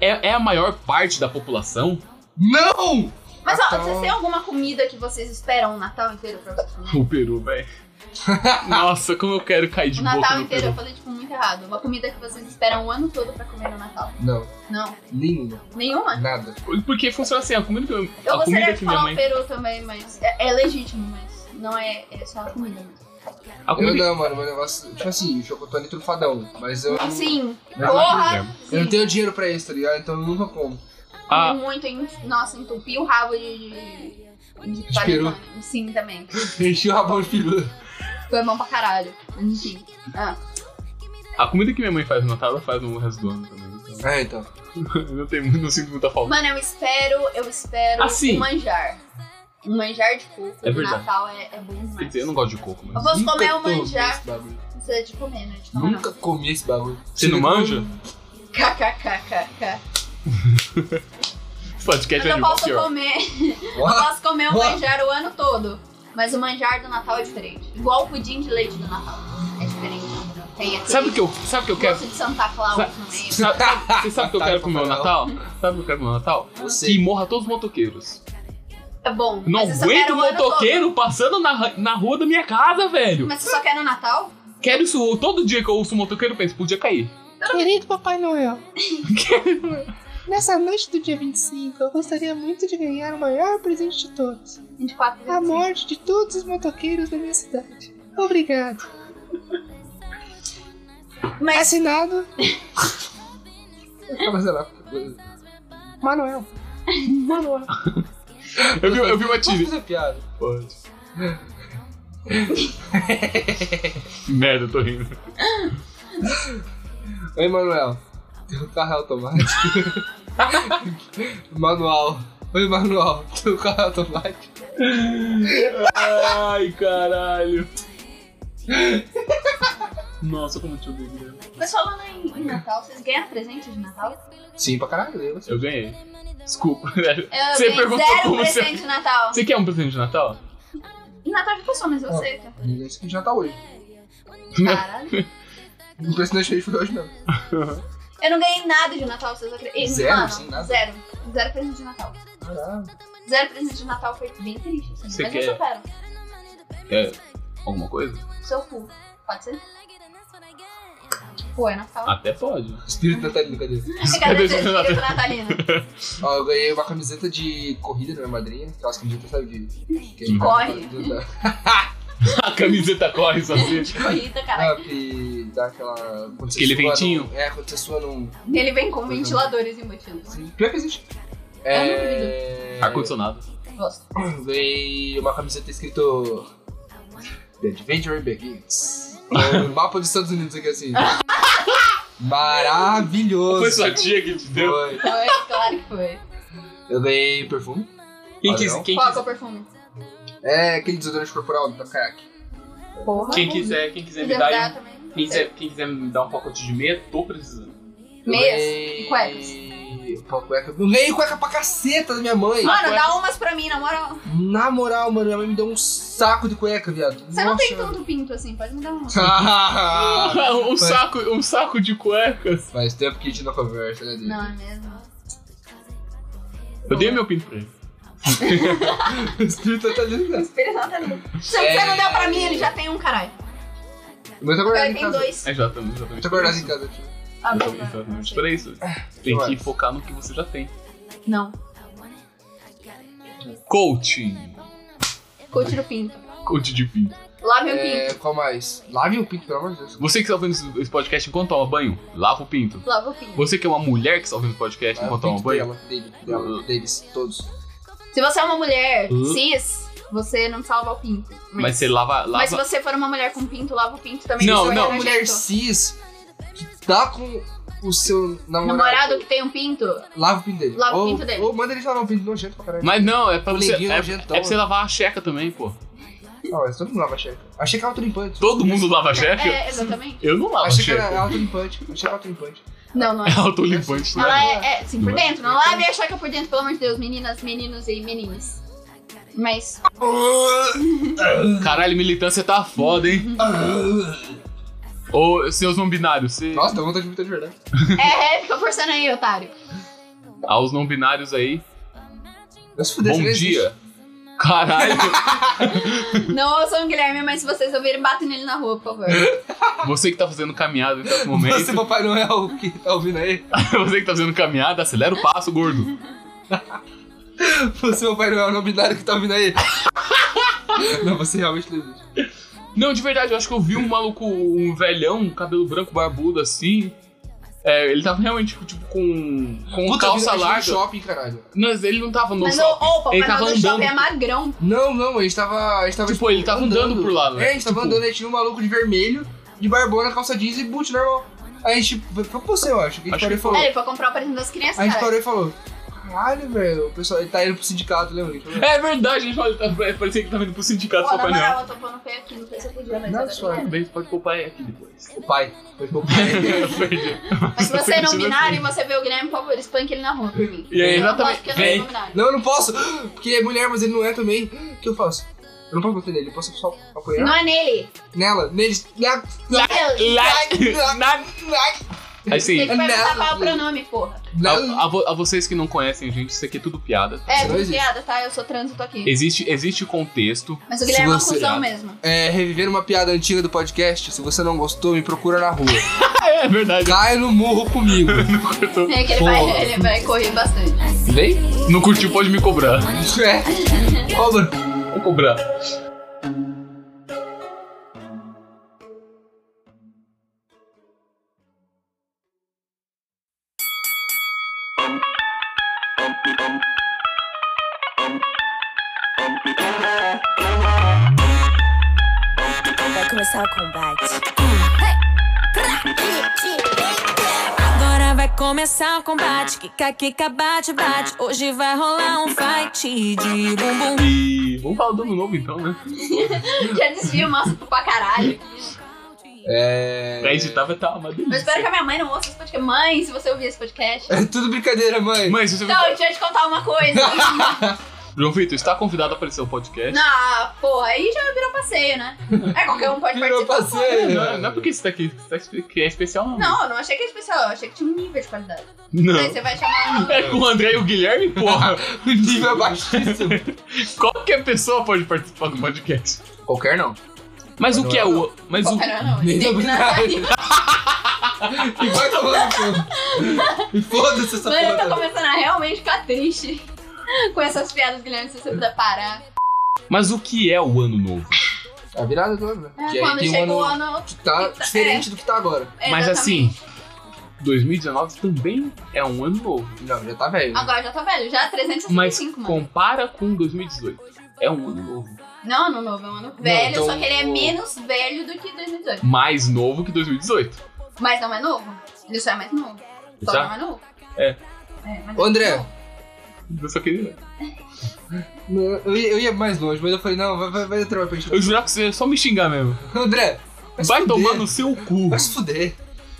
é, é a maior parte da população
Não!
assim,
Mas ó,
Então-
vocês têm alguma comida que vocês esperam o Natal inteiro pra vocês comerem?
o Peru, velho. Nossa, como eu quero cair de
O
boca
Natal
no
inteiro eu
Peru.
falei, tipo, muito errado. Uma comida que vocês esperam o ano todo pra comer no Natal.
Não,
Não,
nenhuma.
nenhuma?
Nada.
Porque funciona assim, a comida que, eu-
Eu
a comida
gostaria
que
de
minha
falar um o
mãe.
peru também, mas é, é legítimo, mas não é, é só a comida mesmo.
A
Eu
comida,
não, mano, meu negócio. Tipo assim, chocotone trufadão. Mas eu. não-
Sim,
Não,
porra!
Eu não
Sim.
tenho dinheiro pra isso, tá ligado? Então eu nunca como.
a-
Comi muito, em, nossa, entupi o rabo de... de... De,
De peru.
panetone. Sim, também.
Enchi o rabão de peru.
Foi bom pra caralho. Enfim. Ah,
a comida que minha mãe faz no Natal, ela faz no resto do ano também. então.
É, então.
Eu não, tenho, não sinto muita falta.
Mano, eu espero, eu espero
Assim.
um manjar. Um manjar de coco
É
do
verdade.
Natal é, é bom demais.
Quer dizer, eu não gosto de coco,
Eu
mas.
posso
Nunca
comer um
comi
manjar.
esse bagulho.
Precisa de comer, não é de comer,
Nunca comi esse bagulho.
Você não manja?
não. KKKKK.
Esse podcast
Mas
é
eu
de mó
posso
pior.
comer. Eu
Ó,
posso comer um
Ó.
manjar o ano todo. Mas o manjar do Natal é diferente. Igual o pudim de leite do Natal. É diferente. Tem aquele
Sabe o que eu, sabe o que eu quero?
gosto de Santa Claus
Sabe-
no meio.
Sabe, sabe- você sabe o que eu quero pro meu Natal? Sabe o que eu quero pro meu Natal?
Eu sei.
Que morra todos os motoqueiros.
É bom.
Não
mas eu só quero
aguento
o ano
motoqueiro passando na, ra- na rua da minha casa,
todo.
velho.
Mas você só quer no Natal?
Quero isso todo dia que eu ouço um motoqueiro, eu penso, podia cair.
Querido Papai Noel, nessa noite do dia 25, eu gostaria muito de ganhar o maior presente de todos:
24 de
a
dezembro.
morte de todos os motoqueiros da minha cidade. Obrigado.
Mas-
Assinado
mas sei lá, coisa.
Manuel. Manuel.
Eu vi, eu vi uma
Posso
TV.
fazer piada?
Pode. Merda, eu tô rindo.
Oi, Manuel. Teu carro é automático? manual. Oi, manual. Teu carro é automático?
Ai, caralho. Nossa, como eu te odeio. né?
Mas falando em, em Natal, vocês ganham presente de Natal?
Sim, pra caralho. eu sei.
Eu ganhei. Desculpa. velho.
Eu
Você
ganhei
perguntou
zero
como você-
presente de Natal.
Você quer um presente de Natal?
E Natal já passou, mas eu aceito.
Isso aqui já tá hoje.
é. Caralho.
Impressionante foi hoje mesmo.
Eu não ganhei nada de Natal, vocês acreditam?
Zero,
Mano,
sim, nada.
Zero. Zero presente de Natal.
Caralho.
Zero presente de Natal foi bem triste, assim.
Você
mas
quer-
eu supero.
É. Alguma coisa?
Seu cu. Pode ser? Pô, é Natal.
Até pode.
Espírito natalino, cadê?
Você quer
Ah, Cadê
dizer
seu
espírito natalino?
Ó, eu ganhei uma camiseta de corrida da minha madrinha. Aquelas camisetas, sabe, de... que-
Corre.
né?
A camiseta corre sozinha.
De corrida,
Ah,
caralho.
que dá aquela... quando você
Aquele
sua
ventinho?
num- é, quando você sua num...
Ele vem com ventiladores embutidos.
Sim, Pior que existe.
Eu
É...
Ar-condicionado.
Gosto.
Ganhei uma camiseta escrito... The Adventure Begins. O mapa dos Estados Unidos aqui, assim. Maravilhoso.
Foi sua tia que te deu.
Foi.
Foi, claro que foi.
Eu ganhei perfume.
Quem
Olha,
quis,
não.
quem
Qual
quis,
que é o perfume?
É aquele desodorante corporal da Kayak.
Porra.
quem quiser, quem quiser
Quiser
me
me
dar.
dar também.
Quem quiser, quem quiser me dar um pacote de meia, tô precisando.
Meias
e
e cuecas.
Pô, cueca. Eu ganhei cueca pra caceta da minha mãe.
Mano, dá umas pra mim, na moral.
Na moral, mano, minha mãe me deu um saco de cueca, viado.
Você não tem tanto pinto assim, pode me dar uma.
tanto. Foi.
um, saco, um saco de cuecas.
Faz tempo que a gente não conversa, né, Didi?
Não, é mesmo?
Eu dei meu pinto pra ele.
O espírito tá dentro dessa.
Espírito natalino. Se
É.
você não der pra mim, ele já tem um, caralho.
Mas tá guardado
Ele
em
tem
casa.
dois.
É, já estamos, já estamos.
Tá guardado em casa aqui.
Ah, bom,
Exatamente,
não, não
exatamente.
sei.
Pra isso.
É,
Tem que focar no que você já tem.
Não.
Coaching.
Coach do pinto.
Coach de pinto.
Lá vem o
É, qual mais? Lave o pinto, pelo amor de Deus.
Você que está ouvindo esse- esse podcast enquanto toma banho, lava o pinto.
pinto. Lá vem o pinto.
Você que é uma mulher que está ouvindo o podcast
Lave o
enquanto toma
pinto
banho,
dela, dele, dela, deles, todos.
Se você é uma mulher
Hum.
cis, você não salva o pinto.
mas você lava. lava...
mas se você for uma mulher com pinto, lava o pinto também.
Não,
você vai
não,
ter
Mulher
jeito.
cis que tá com o seu namorado.
Namorado que tem um pinto.
Lava o pinto dele.
Lava o
ou,
pinto dele.
Ou manda ele lavar o pinto nojento pra caralho.
Mas não, é pra você.
Molequinho
É, é
nojentão,
pra você
né?
lavar a checa também, pô.
Não, mas todo mundo lava a checa. A checa é auto-limpante.
Todo mundo lava a checa?
É, exatamente.
Eu não lavo
A
a
checa
checa.
é auto-limpante. A checa é auto-limpante.
Não, não é.
É autolimpante. né?
Ela é, é sim, por
Não é?
dentro. Não lave a checa por dentro, pelo amor de Deus, meninas, meninos e meninas. Mas,
Caralho, militância tá foda, hein?
Ah.
Ô, seus não binários, se...
Nossa, dá vontade de vomitar de verdade.
é, é, fica forçando aí, otário.
aos não binários aí,
Mas se fuder,
bom
você não existe.
dia. Caralho,
Não ouçam o Guilherme, mas se vocês ouvirem, batem nele na rua, por favor.
você que tá fazendo caminhada nesse momento,
Você,
você,
Papai Noel, que tá ouvindo aí.
que tá fazendo caminhada, acelera o passo, gordo.
Você, Papai Noel, não binário que tá ouvindo aí. não, você realmente não existe.
Não, de verdade, eu acho que eu vi um maluco, um velhão, um cabelo branco, barbudo assim. É, ele tava realmente, tipo, com, com Um calça
a gente tá no
larga.
shopping, caralho.
Não, mas ele não tava no
Mas o,
shopping.
o Papai
ele tá tava
Noel do shopping é
andando.
magrão.
Não, não, a gente tava. A gente tava
Tipo, ele tava andando por lá, né?
É, a gente tava
Tipo-
andando, aí tinha um maluco de vermelho, de barbona, calça jeans e boot normal. Aí a gente. Foi com você, eu acho. que A gente
Acho
parou e
que
falou.
É, ele foi comprar o presente das crianças,
A gente
cara.
parou e falou. Caralho, velho, o pessoal ele tá indo pro sindicato, lembra? A gente falou,
É verdade, gente, olha, tá- parecia que tava indo pro sindicato do
Pô, na
Papai Noel.
moral, eu tô pondo pé aqui, não sei se eu podia, mas
Não,
eu tô
só-
aqui.
Bem, você um pode poupar aqui depois.
O pai. Foi pro pai.
Mas se você é não
Continua
binário e você vê o Guilherme, por favor, espanque ele na rua por mim.
E aí,
Eu não
exatamente.
posso, porque eu não sou
Vem.
binário.
não, eu não posso, porque é mulher, mas ele não é também. O que eu faço? Eu não posso bater nele, eu posso só apanhar?
Não é nele.
Nela, neles. Na,
Lá,
Lá- na-
Tem
Assim,
que perguntar
Nela.
qual é o pronome, porra.
na, na,
a, a vo- a vocês que não conhecem, gente, isso aqui é tudo piada.
É,
Não
tudo
existe.
piada, tá? Eu sou trans, eu tô aqui.
Existe, existe contexto.
Mas o Guilherme é uma
Se você-
cuzão mesmo.
é, reviver uma piada antiga do podcast, se você não gostou, me procura na rua.
É verdade.
Cai no murro comigo.
É que ele vai, ele vai correr bastante.
Vem? Não curtiu, pode me cobrar.
Isso é. Cobra.
Vou cobrar.
Vai começar o combate. Agora vai começar o combate. Kika, kika, bate, bate. Hoje vai rolar um fight de bumbum.
E vamos falar do ano novo então, né?
Já desvio, massa pra caralho. É.
Pra editar vai estar uma delícia.
Eu espero que a minha mãe não ouça esse podcast. Mãe, se você ouvir esse podcast.
É tudo brincadeira, mãe.
Mãe, se você
Então, deixa eu te contar uma coisa.
João Vitor, está convidado a aparecer no podcast.
Ah, porra, aí já virou passeio, né? É, qualquer um pode
Virou
participar.
passeio.
Não, não é porque você tá aqui, você tá espe- que é especial, não.
Não, eu não achei que era especial, eu achei que tinha um nível de qualidade. Aí
Não.
você vai chamar.
É com o André e o Guilherme, porra.
O nível é baixíssimo.
Qualquer pessoa pode participar do podcast.
Qualquer não.
Mas o que é o. Mas o.
Não, não,
Nem
não.
tô brincando. E vai tomar no cu. E foda-se essa
Mano, eu tô
porra.
começando a realmente ficar triste com essas piadas, Guilherme, se você puder parar.
Mas o que é o ano novo?
A virada do ano, né?
É,
Que aí
quando
tem um
chegou o
ano
ano.
que tá
que tá-
diferente do que tá agora.
é,
Mas
exatamente.
assim, 2019 também é um ano novo.
Não, já tá velho. né?
Agora já tá velho, já é
Mas
365, mano.
compara com 2018. É um ano novo.
Não, ano novo é um ano velho,
então-
só que ele é menos velho do que 2018.
Mais novo que 2018.
Mas não é novo. Ele só é mais novo. Só
Tá?
não é novo.
É.
É, mas
Ô, André.
é novo.
Eu só queria.
Não, Eu ia, eu ia mais longe, mas eu falei, não, vai, vai, vai dar trabalho pra gente.
Eu jurava que você ia só me xingar mesmo.
André, vai, se
Vai
fuder.
tomar no seu cu.
Vai se fuder.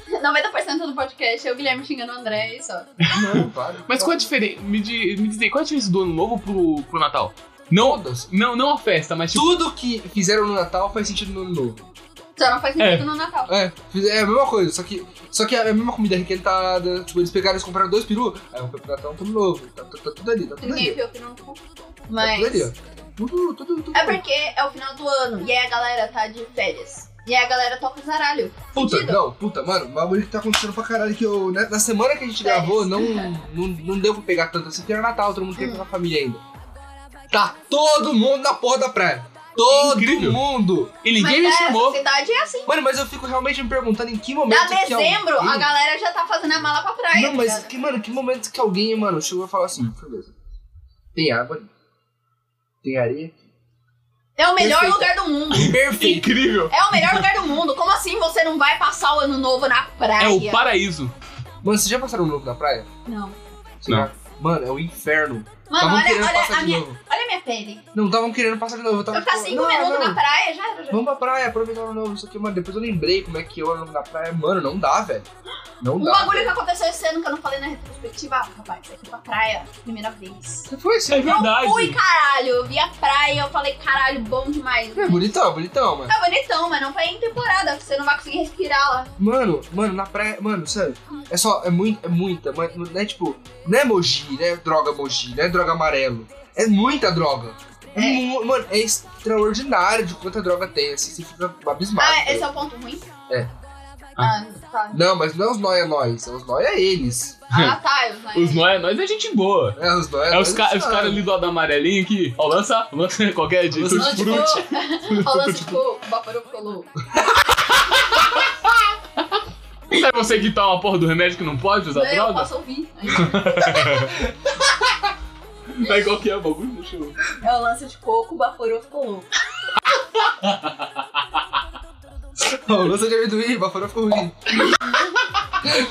90% do podcast é o Guilherme xingando o André e só.
Não, para.
Mas qual a diferença? Me, di- me diz aí, qual a diferença do ano novo pro, pro Natal? Não,
Foda-se.
não, não a festa, mas tipo.
Tudo que fizeram no Natal faz sentido no ano novo.
Só não faz sentido no Natal.
É, fiz- é a mesma coisa, só que, só que é a mesma comida requentada. Tipo, eles pegaram, eles compraram dois peru, aí um foi pro Natal, um pro Ano novo. Tá, tá- tá tudo ali, tá tudo
Ninguém
ali.
viu que não.
Tá
Mas.
tudo ali, ó. Tudo, tudo, tudo.
É porque é o final do ano e aí a galera tá de férias. E aí a galera toca o zaralho.
Puta,
Fudido.
não, puta, mano, o bagulho que tá acontecendo pra caralho que eu. né, na semana que a gente
Sério? Hum.
gravou, não, não, não deu pra pegar tanto assim, porque era Natal, todo mundo tem com a família ainda. Tá todo mundo na porra da praia. Todo
Incrível.
mundo!
E ninguém
mas
me
é,
chamou.
A sociedade é assim.
Mano, mas eu fico realmente me perguntando em que
Da
momento. é que
dezembro,
alguém-
a galera já tá fazendo a mala pra praia.
Não,
tá
mas
ligado?
que, mano, que momento que alguém, mano, chegou a falar assim, beleza. Tem água ali. Tem areia aqui.
É o melhor
Perfeito.
lugar do mundo.
Perfeito!
Incrível.
É o melhor lugar do mundo. Como assim você não vai passar o ano novo na praia?
É o paraíso.
Mano, vocês já passaram um novo na praia?
Não.
Você
Não.
já? Mano, é o inferno.
Mano,
Tavam
olha,
querendo
olha,
passar
a
de
minha,
novo.
olha a minha pele.
Não, estavam querendo passar de novo. Eu tava
Eu ficar
tipo,
Tá cinco
não,
minutos
não.
na praia já. já-
Vamos pra praia, aproveitar o ano novo, isso aqui, mano. Depois eu lembrei como é que eu ano novo na praia. Mano, não dá, velho. Não
Um
dá. né?
bagulho que aconteceu esse ano que eu não falei na retrospectiva. Ah, rapaz, eu fui pra praia, primeira vez.
Você foi
É
assim.
verdade.
Eu fui, caralho. Eu vi a praia, eu falei, caralho, bom demais.
É bonitão, bonitão, mano.
Tá bonitão, mas não foi em temporada. Você não vai conseguir respirar lá.
Mano, mano, na praia, mano, sério, é só, é muito, é muita, mas não é tipo, não é moji, não é droga moji, não é droga amarelo, é muita droga. É. mu- Mano, é extraordinário de quanta droga tem, assim, você fica abismado.
Ah,
velho.
esse é o ponto ruim?
É.
Ah, tá.
Não, mas não é os nóia nós, é os nóia eles.
Ah, tá. Eu
Os nós, nós é gente boa.
É os nóia
É
nós,
os, ca os
nós.
caras ali do lado amarelinho que, ó, lança, lança qualquer jeito.
Lança-
Tipo,
Tutti-frutti.
rolando tipo, Baparu colou.
Sabe você que toma uma porra do remédio que não pode usar
Eu
droga?
posso ouvir.
Vai qual que é o bagulho? Deixa eu...
É o lance de coco, baforou, ficou louco.
Ó, Lança de amendoim, baforou ficou ruim.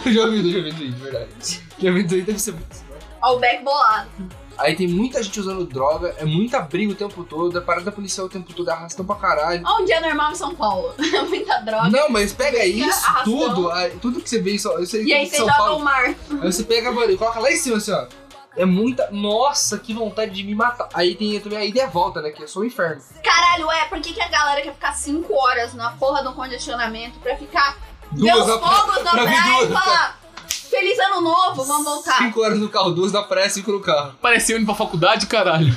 já ouvi do de amendoim, de verdade. De amendoim deve ser muito
Ó, o back bolado.
Aí tem muita gente usando droga, é muita briga o tempo todo, é parada policial o tempo todo, arrastão pra caralho.
Ó, um dia normal em São Paulo. É Muita droga.
Não, mas pega
Briga,
isso
arrastão.
tudo, a- tudo que você vê em São, isso
E
em
aí você
São
joga um- o
Paulo.
mar.
Aí você pega, mano, e coloca lá em cima assim, ó. É muita. Nossa, que vontade de me matar. Aí tem também a ida e a volta, né? Que é só o inferno.
Caralho, é, por que, que a galera quer ficar 5 horas na porra do congestionamento pra ficar ver
Duas
os
na praia-
fogos na
pra ver
praia e
duas.
falar Feliz ano novo, vamos voltar.
Cinco horas no carro, duas na praia, cinco no carro.
Parecia indo pra faculdade, caralho.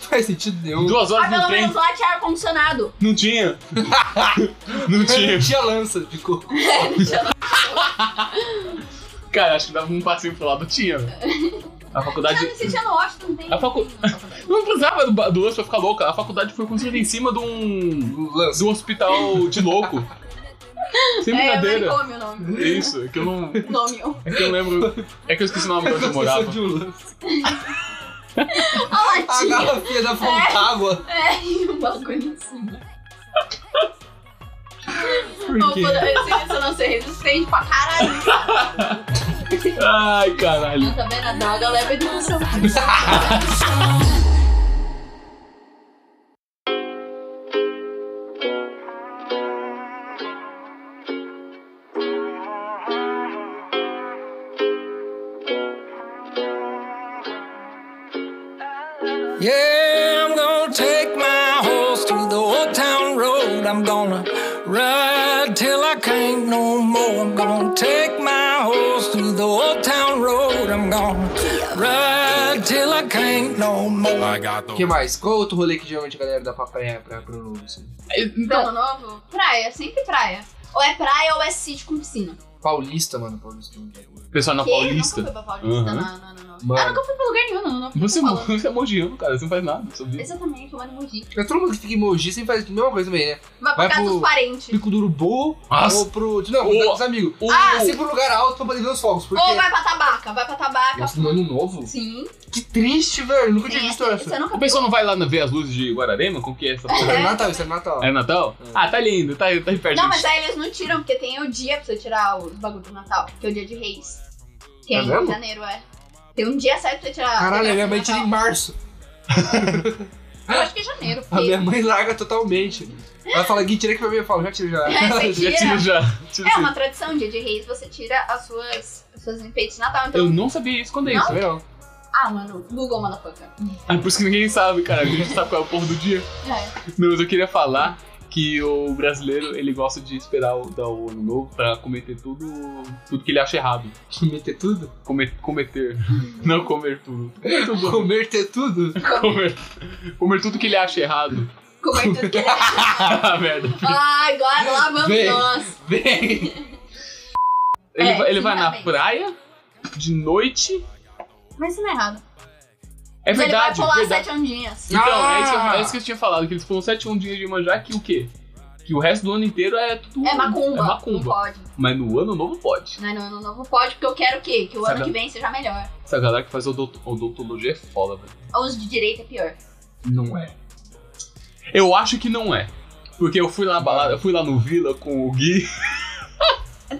Faz sentido nenhum.
Duas horas
Ah,
no
pelo
trem.
menos lá tinha ar-condicionado.
Não tinha. não tinha.
Tinha lança de coco.
Cara, acho que dava um passeio pro lado. Tinha, velho. A
Tá
faculdade...
Não, você tinha no Tá Washington, não tem.
A facu... Não precisava do, ba- do osso pra ficar louca. A faculdade foi construída em cima de um...
Lança.
De um hospital de louco. Sem
É,
brincadeira.
manicômio o nome.
É Isso, é que eu não. É
Nome. Olha
que eu lembro. É que eu esqueci o nome de onde eu morava.
de um lance.
lá,
A
tia.
garrafinha da Fontágua.
É, e um bagulho em cima.
Por quê?
Esse eu não sei, resistente pra caralho. assim,
Ai, caralho.
Tá vendo? A droga leva ele pro seu
Yeah, I'm gonna take my horse to the old town road. I'm gonna ride till I can't no more. I'm gonna take my horse to the old town road. I'm gonna ride till I can't no more. I got
O que mais? Qual outro rolê que geralmente a galera dá pra praia pra pro novo? Assim?
Então,
Ano novo? Praia, sempre praia. Ou é praia ou é sítio com piscina.
Paulista, mano, Paulista.
Pessoal na
Que?
Paulista.
Nunca fui pra Paulista,
Uhum.
não, não, não, não.
Mano.
Ah, nunca fui pra lugar nenhum, não. não
Você,
não falo.
você é mogiano, cara. Você é não faz nada. Só vive.
Exatamente, eu moro em Mogi.
Mas todo mundo que fica em Mogi sempre faz a mesma coisa também, né?
Vai pra
Vai
casa
pro-
dos parentes.
Pico do Urubu
Nossa.
ou pro. Não,
Ou-
ou... os amigos.
Ou-
Ah, sempre pro lugar alto pra poder ver os fogos. Porque.
Ou vai pra tabaca, vai pra tabaca.
Nossa, no ano novo?
Sim.
Que triste, velho. Nunca tinha
Sim,
visto
essa-
essa.
essa eu nunca
O pessoal não vai lá na- ver as luzes de Guararema? Como que é essa
Isso
porra?
é Natal, isso é Natal.
É Natal? Ah, tá lindo, tá, tá aí perto.
Não, mas aí eles não tiram, porque tem o dia pra você tirar os bagulhos do Natal, que é o dia de reis. Que é,
É
em
mesmo?
janeiro, é. Tem um dia certo pra você tirar.
Caralho, é a
tirar
minha
do
mãe tira em
Natal.
março.
Eu acho que é janeiro,
A minha
porque.
mãe larga totalmente. Ela fala, Gui, tira aqui pra mim. Eu falo, já tira já.
É, você
já tira
tira.
já. Tira
É
sim.
uma tradição, dia de reis, você tira as suas, os seus enfeites de Natal. Então,
Eu não sabia isso quando é isso.
Também não.
ah, mano, Google, motherfucker.
Ah, por isso que ninguém sabe, cara. A gente sabe qual é o porra do dia.
É.
Não, mas eu queria falar que o brasileiro, ele gosta de esperar o, dar o ano novo pra cometer tudo, tudo que ele acha errado.
Meter tudo?
Come- cometer. Não comer tudo. Comer tudo.
Comer, ter tudo?
Comer, comer tudo que ele acha errado.
Comer tudo que ele
Ah, merda.
Ah, agora lá vamos
Vem.
nós.
Vem.
Ele,
É,
vai- ele vai na
exatamente.
praia, de noite.
Mas isso não é errado.
É
Mas
verdade,
Ele vai pular
verdade.
sete ondinhas.
Então, é, isso que eu,
Ah!
é isso que eu tinha falado, que eles pulam sete ondinhas de Iemanjá, que o quê? Que o resto do ano inteiro é tudo...
É macumba.
É
Não
macumba.
pode.
Mas no ano novo pode.
Não, não, não, não pode, porque eu quero o quê? Que o
Sabe-
ano que vem seja melhor.
Essa galera que faz odonto- odontologia é foda, velho.
Ou os de direita é pior.
Não é.
Eu acho que não é. Porque eu fui lá na balada, eu fui lá no Vila com o Gui.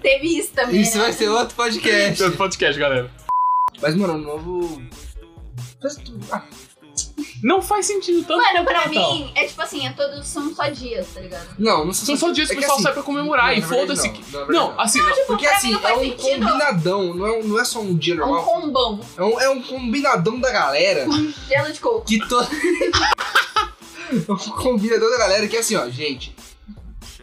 Teve isso também.
Isso é
né?
vai ser outro podcast.
Tanto podcast, galera.
Mas, mano, o novo. Mas tu- ah,
Não faz sentido tanto.
Mano,
quanto
Então.
pra
Natal.
mim, é tipo assim, é todos são só dias, tá ligado?
Não, não sei É
São só dias é que assim, o
assim,
pessoal sai pra comemorar e foda-se. que- Não, assim, não.
Tipo,
Porque
pra
assim,
mim não
é
faz
um
sentido.
combinadão, não é, um- não é só um É. dia
É um
normal.
combão.
É um, é um combinadão da galera
Gelo de coco.
que todo. um combinadão da galera que é assim, ó, gente.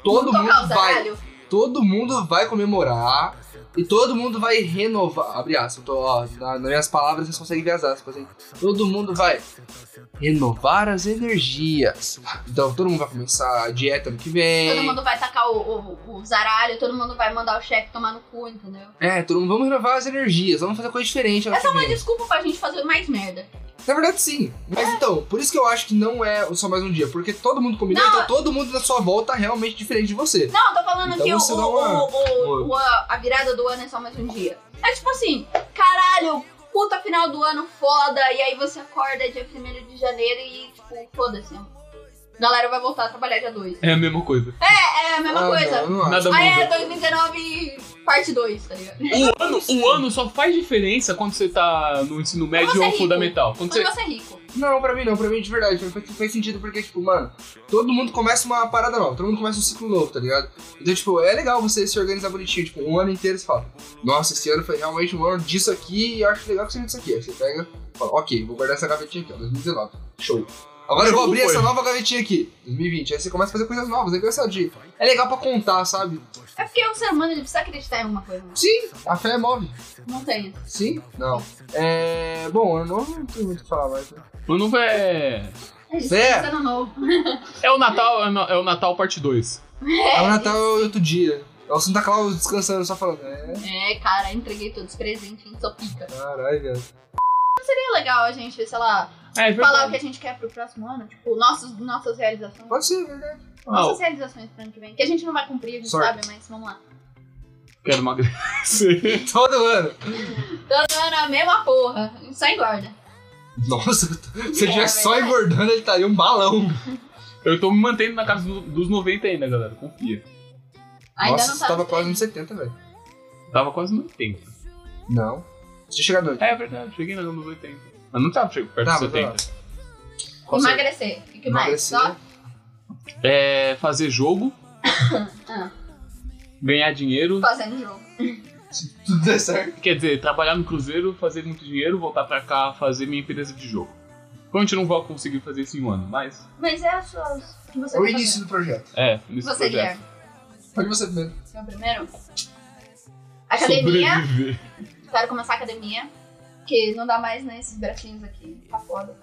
Todo
Tocar
mundo vai.
o zaralho.
Todo mundo vai comemorar. E todo mundo vai renovar. Abre aspas, eu tô, ó, na, nas minhas palavras vocês conseguem ver as aspas, hein? Todo mundo vai renovar as energias. Então todo mundo vai começar a dieta ano que vem.
Todo mundo vai tacar o, o, o zaralho, todo mundo vai mandar o chefe tomar no cu, entendeu?
É, todo mundo, vamos renovar as energias, vamos fazer coisa diferente. ano
Essa é
que
uma
vem.
desculpa pra gente fazer mais merda.
Na verdade, sim. Mas então, por isso que eu acho que não é só mais um dia. Porque todo mundo combinou,
Não,
então todo mundo na sua volta é realmente diferente de você.
Não, eu tô falando
Então
que o,
você dá
o-
uma-
o- o- a, a virada do ano é só mais um dia. É tipo assim, caralho, puta final do ano foda, e aí você acorda dia 1 de janeiro e, tipo, foda-se. A galera vai voltar a trabalhar dia 2.
É a mesma coisa.
É, é a mesma
Ah,
coisa.
Não, eu não acho.
Nada
Aí é
muda.
2019 parte 2, tá ligado?
O ano, o ano só faz diferença quando você tá no ensino médio
você é
ou
rico.
fundamental. Quando
Quando
você.
você é rico.
Não, pra mim não, pra mim de verdade. Pra mim faz, faz sentido porque, tipo, mano, todo mundo começa uma parada nova, todo mundo começa um ciclo novo, tá ligado? Então, tipo, é legal você se organizar bonitinho, tipo, um ano inteiro você fala, nossa, esse ano foi realmente um ano disso aqui e eu acho legal que seja disso aqui. Aí você pega, fala, ok, vou guardar essa gavetinha aqui, ó, 2019, show. Agora eu vou
Show
abrir
foi.
essa nova gavetinha aqui, 2020. Aí você começa a fazer coisas novas, é engraçadinho. É legal pra contar, sabe?
É porque o ser humano ele precisa acreditar em alguma coisa. né?
Sim, a fé move.
Não tem.
Sim? Não. É. Bom, eu não não tenho muito o que falar mais. né?
O ano é.
A gente
Fé.
tá ano novo.
É o Natal, é o- é o Natal parte 2.
É o Natal é outro dia. É o Santa Claus descansando, só falando. É,
É, cara, entreguei todos os presentes, hein, só pica.
caralho, velho.
Seria legal a gente, sei lá,
É, é
falar o que
verdade.
a gente quer pro próximo ano, tipo, nossos, nossas realizações.
Pode ser, né? verdade.
Ah,
Nossas realizações pro ano que vem. Que a gente não vai cumprir, a gente
Sorte.
sabe, mas vamos lá.
Quero emagrecer.
Todo ano.
Todo ano é a mesma porra. A gente só engorda.
Nossa, se
É,
ele estivesse só
verdade.
engordando, ele estaria um balão.
Eu tô me mantendo na casa do- dos 90 ainda, galera. Confia.
Ainda
Nossa,
não
você
tá.
tava quase nos 70, velho.
Tava quase no 80.
Não. Você tinha chegado onde?
É verdade, cheguei na casa dos 80. Mas não tava chegando perto
Tava,
dos 70.
Qual seria?
Emagrecer. O que mais?
Emagrecer.
Só?
É fazer jogo.
Ah.
Ganhar dinheiro.
Fazendo jogo.
Tudo deu certo.
Quer dizer, trabalhar no Cruzeiro, fazer muito dinheiro, voltar pra cá, fazer minha empresa de jogo. Provavelmente eu não vou conseguir fazer isso em um ano, mas.
Mas é as suas. que você
É o
quer
início do projeto.
É,
fazer.
nesse
Você,
projeto.
Guilherme.
Pode você primeiro.
Você é o primeiro? Academia.
Sobreviver.
Quero começar a academia. Que não dá mais, né? Esses bracinhos aqui. Tá foda.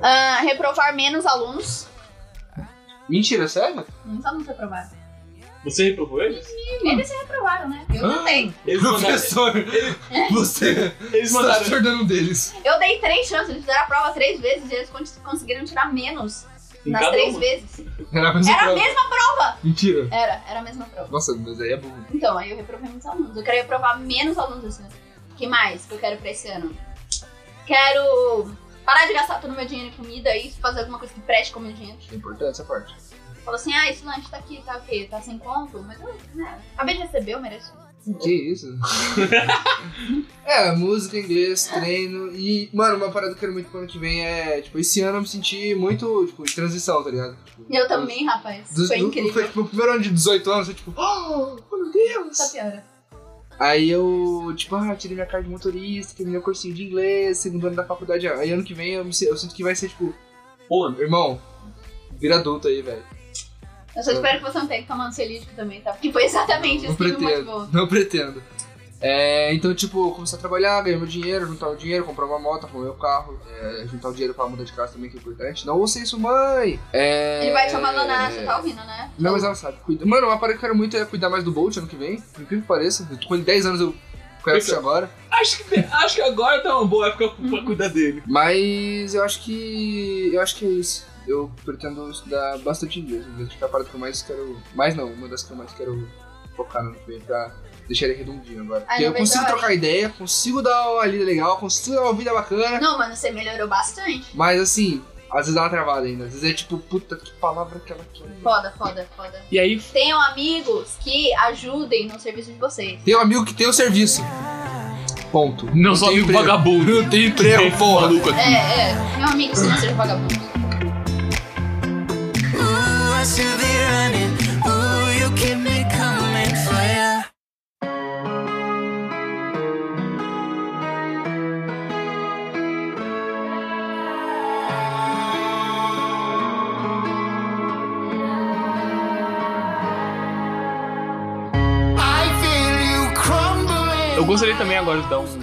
Ah, reprovar menos alunos. Hum,
Mentira, sério?
Muitos alunos reprovaram.
Você reprovou eles?
Eles se reprovaram, né? Eu
Ah.
não tenho.
Eles mandaram,
Professor, você
eles
está
mandaram
se tornando um deles.
Eu dei três chances, eles fizeram a prova três vezes e eles cons- conseguiram tirar menos
Em
nas
cada
três
uma.
vezes.
Era a mesma
Era a
prova.
mesma prova!
Mentira.
Era, era a mesma prova.
Nossa, mas aí é burro.
Então, aí eu reprovei muitos alunos. Eu quero reprovar menos alunos esse ano. O que mais que eu quero pra esse ano? Quero parar de gastar todo o meu dinheiro em comida e fazer alguma coisa que preste com o meu dinheiro.
É importante essa parte.
Falou assim, ah, esse lanche tá aqui, tá o quê? Tá sem conto? Mas eu, né, acabei de receber, eu mereço.
Que isso? é, música, inglês, treino e, mano, uma parada que eu quero muito pro ano que vem é, tipo, esse ano eu me senti muito, tipo, de transição, tá ligado? Tipo,
E eu também, rapaz.
dos-
Foi
do- Foi,
incrível.
tipo, o primeiro ano de 18 anos, eu, tipo, oh, meu Deus!
Tá pior.
Aí eu, tipo, ah, tirei minha carta de motorista, terminei o cursinho de inglês, segundo ano da faculdade. Aí ano que vem eu, me, se- eu sinto que vai ser, tipo,
um ano.
irmão, vira adulto aí, velho.
Eu só espero que você não tenha que tomar ansiolítico também, tá? Porque foi exatamente
Não
isso que me
pretendo,
motivou.
não pretendo. É, então, tipo, começar a trabalhar, ganhar meu dinheiro, juntar o dinheiro, comprar uma moto, arrumar meu carro, é, juntar o dinheiro pra mudar de casa também, que é importante. Não ouça isso, mãe! É,
Ele vai te abandonar, você tá ouvindo, né?
Não, mas ela sabe. Cuida. Mano, uma parada que eu quero muito é cuidar mais do Bolt ano que vem, por incrível que pareça. Eu tô com ele 10 anos, eu quero
Isso.
isso agora.
Acho que, acho que agora tá uma boa época pra cuidar dele.
Mas eu acho que. Eu acho que é isso. Eu pretendo estudar bastante inglês. Inglês acho que é a parada que eu mais quero. Mais não, uma das que eu mais quero focar no ano que vem pra deixar ele redondinho agora. Porque
Ah, não
eu
vai
consigo
dar
trocar ideia, consigo dar uma lida legal, consigo dar uma vida bacana.
Não, mano, você melhorou bastante.
Mas assim, Às vezes dá uma travada ainda. Às vezes é tipo, puta, que palavra que ela quer.
Foda, foda, foda.
E aí,
Tenham amigos que ajudem no serviço de vocês.
Tem um amigo que tem o serviço. Ponto.
não só
tem
amigo
emprego.
vagabundo.
Não tem emprego, porra.
Maluco aqui.
É, é. Tenham amigos que não sejam vagabundos.
Ooh, I should be running. Ooh, you keep me coming for ya.
Eu gostaria também agora de dar um,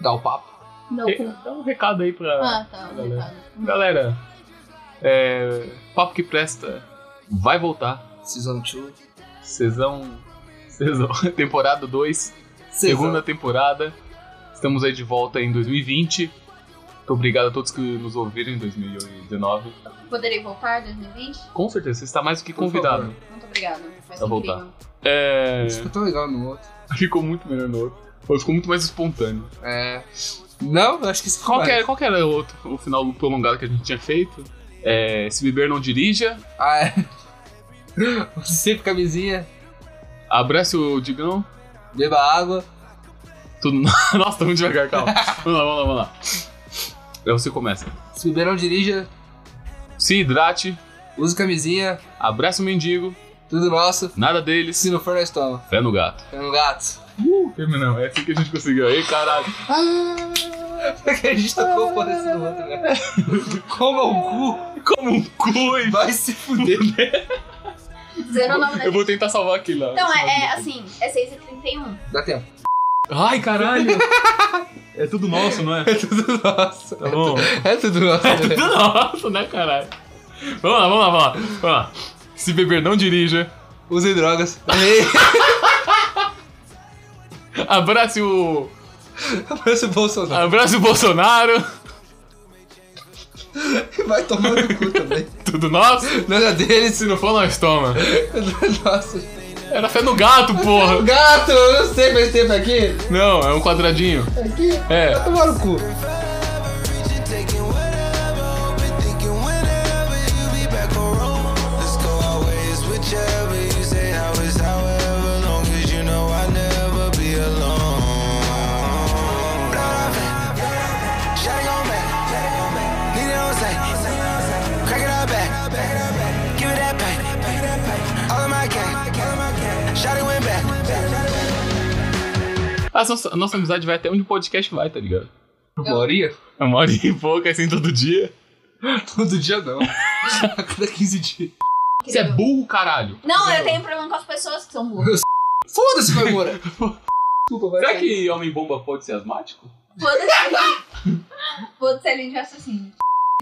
Dá o papo.
Não.
dar um recado aí pra
Tá Ah, tá. coitado.
galera. É, papo que presta vai voltar.
Season 2.
Cesão. Cesão. Temporada 2. Segunda temporada. Estamos aí de volta em 2020. Muito obrigado a todos que nos ouviram em 2019.
Poderei voltar em 2020?
Com certeza, você está mais do que
Por
convidado.
Muito obrigada. Vai ser
Vai voltar.
incrível.
É,
Isso ficou tão legal no outro.
ficou muito melhor no outro. Ou Ficou muito mais espontâneo.
É. Não, eu acho que isso ficou
Qual, que é
mais.
era, qual que era o, outro, o final prolongado que a gente tinha feito? É, se beber, não dirija.
Ah, é. Sempre camisinha,
Abrace o Digão.
beba água.
Tudo... Nossa, tá muito devagar, calma. vamos lá, vamos lá, vamos lá. Aí você começa.
Se beber não dirija,
Se hidrate,
use camisinha,
abrace o mendigo,
tudo nosso.
nada deles,
Se não for, nós toma.
fé no gato.
É um gato.
Uh, terminamos. É assim que a gente conseguiu. Aí, caralho.
Porque a gente tocou o foda-se do outro, né? Coma o cu,
Como um cu, hein?
vai se fuder.
Zerou o nome da
Eu vou
gente.
tentar salvar aqui lá.
né? Então, é, é assim, é 6h31.
Dá tempo.
Ai, caralho! É tudo nosso, não é?
É tudo nosso.
Tá bom.
É tudo nosso.
É tudo nosso, né, caralho? Vamos lá, vamos lá, vamos lá. Vamos lá. Se beber, não dirija.
Usem drogas. Amei.
Abrace o.
Parece o Bolsonaro.
Abrace o Bolsonaro.
Vai tomar no cu também. é
Tudo nosso.
Nada dele, se
Se não for, nós toma.
tudo é nosso.
Era fé no gato, porra.
Gato, eu não sei faz tempo aqui.
Não, é um quadradinho.
Aqui.
É.
Vai tomar no cu.
A nossa, a nossa amizade vai até onde o podcast vai, tá ligado?
Moria?
É uma hora e pouca, assim, todo dia.
Todo dia não. A cada 15 dias.
Você é burro, caralho.
Não, eu tenho problema com as pessoas que são burras.
Foda-se, vai embora. Desculpa, vai.
Será que Homem-Bomba pode ser asmático?
Foda-se. Foda-se a linha de raciocínio.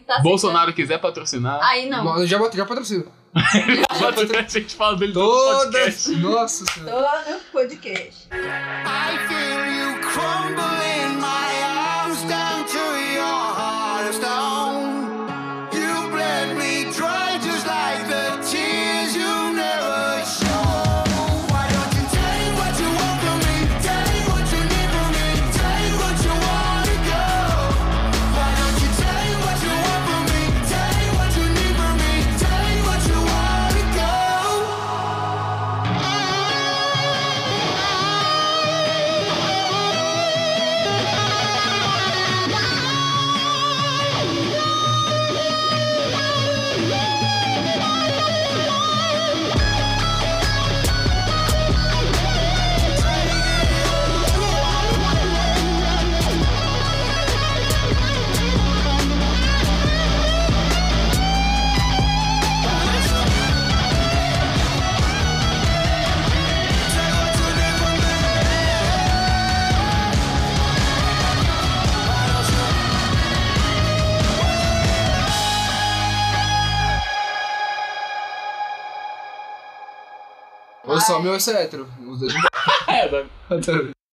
Tá
Bolsonaro quiser patrocinar.
aceitando. Aí não.
Não, já, bota- já patrocina.
Patro- A gente fala dele todo podcast.
Todas. Nossa senhora.
Todo podcast.
Eu sou meu, eu sou hétero. Os dois.
É, da-
é Adoro.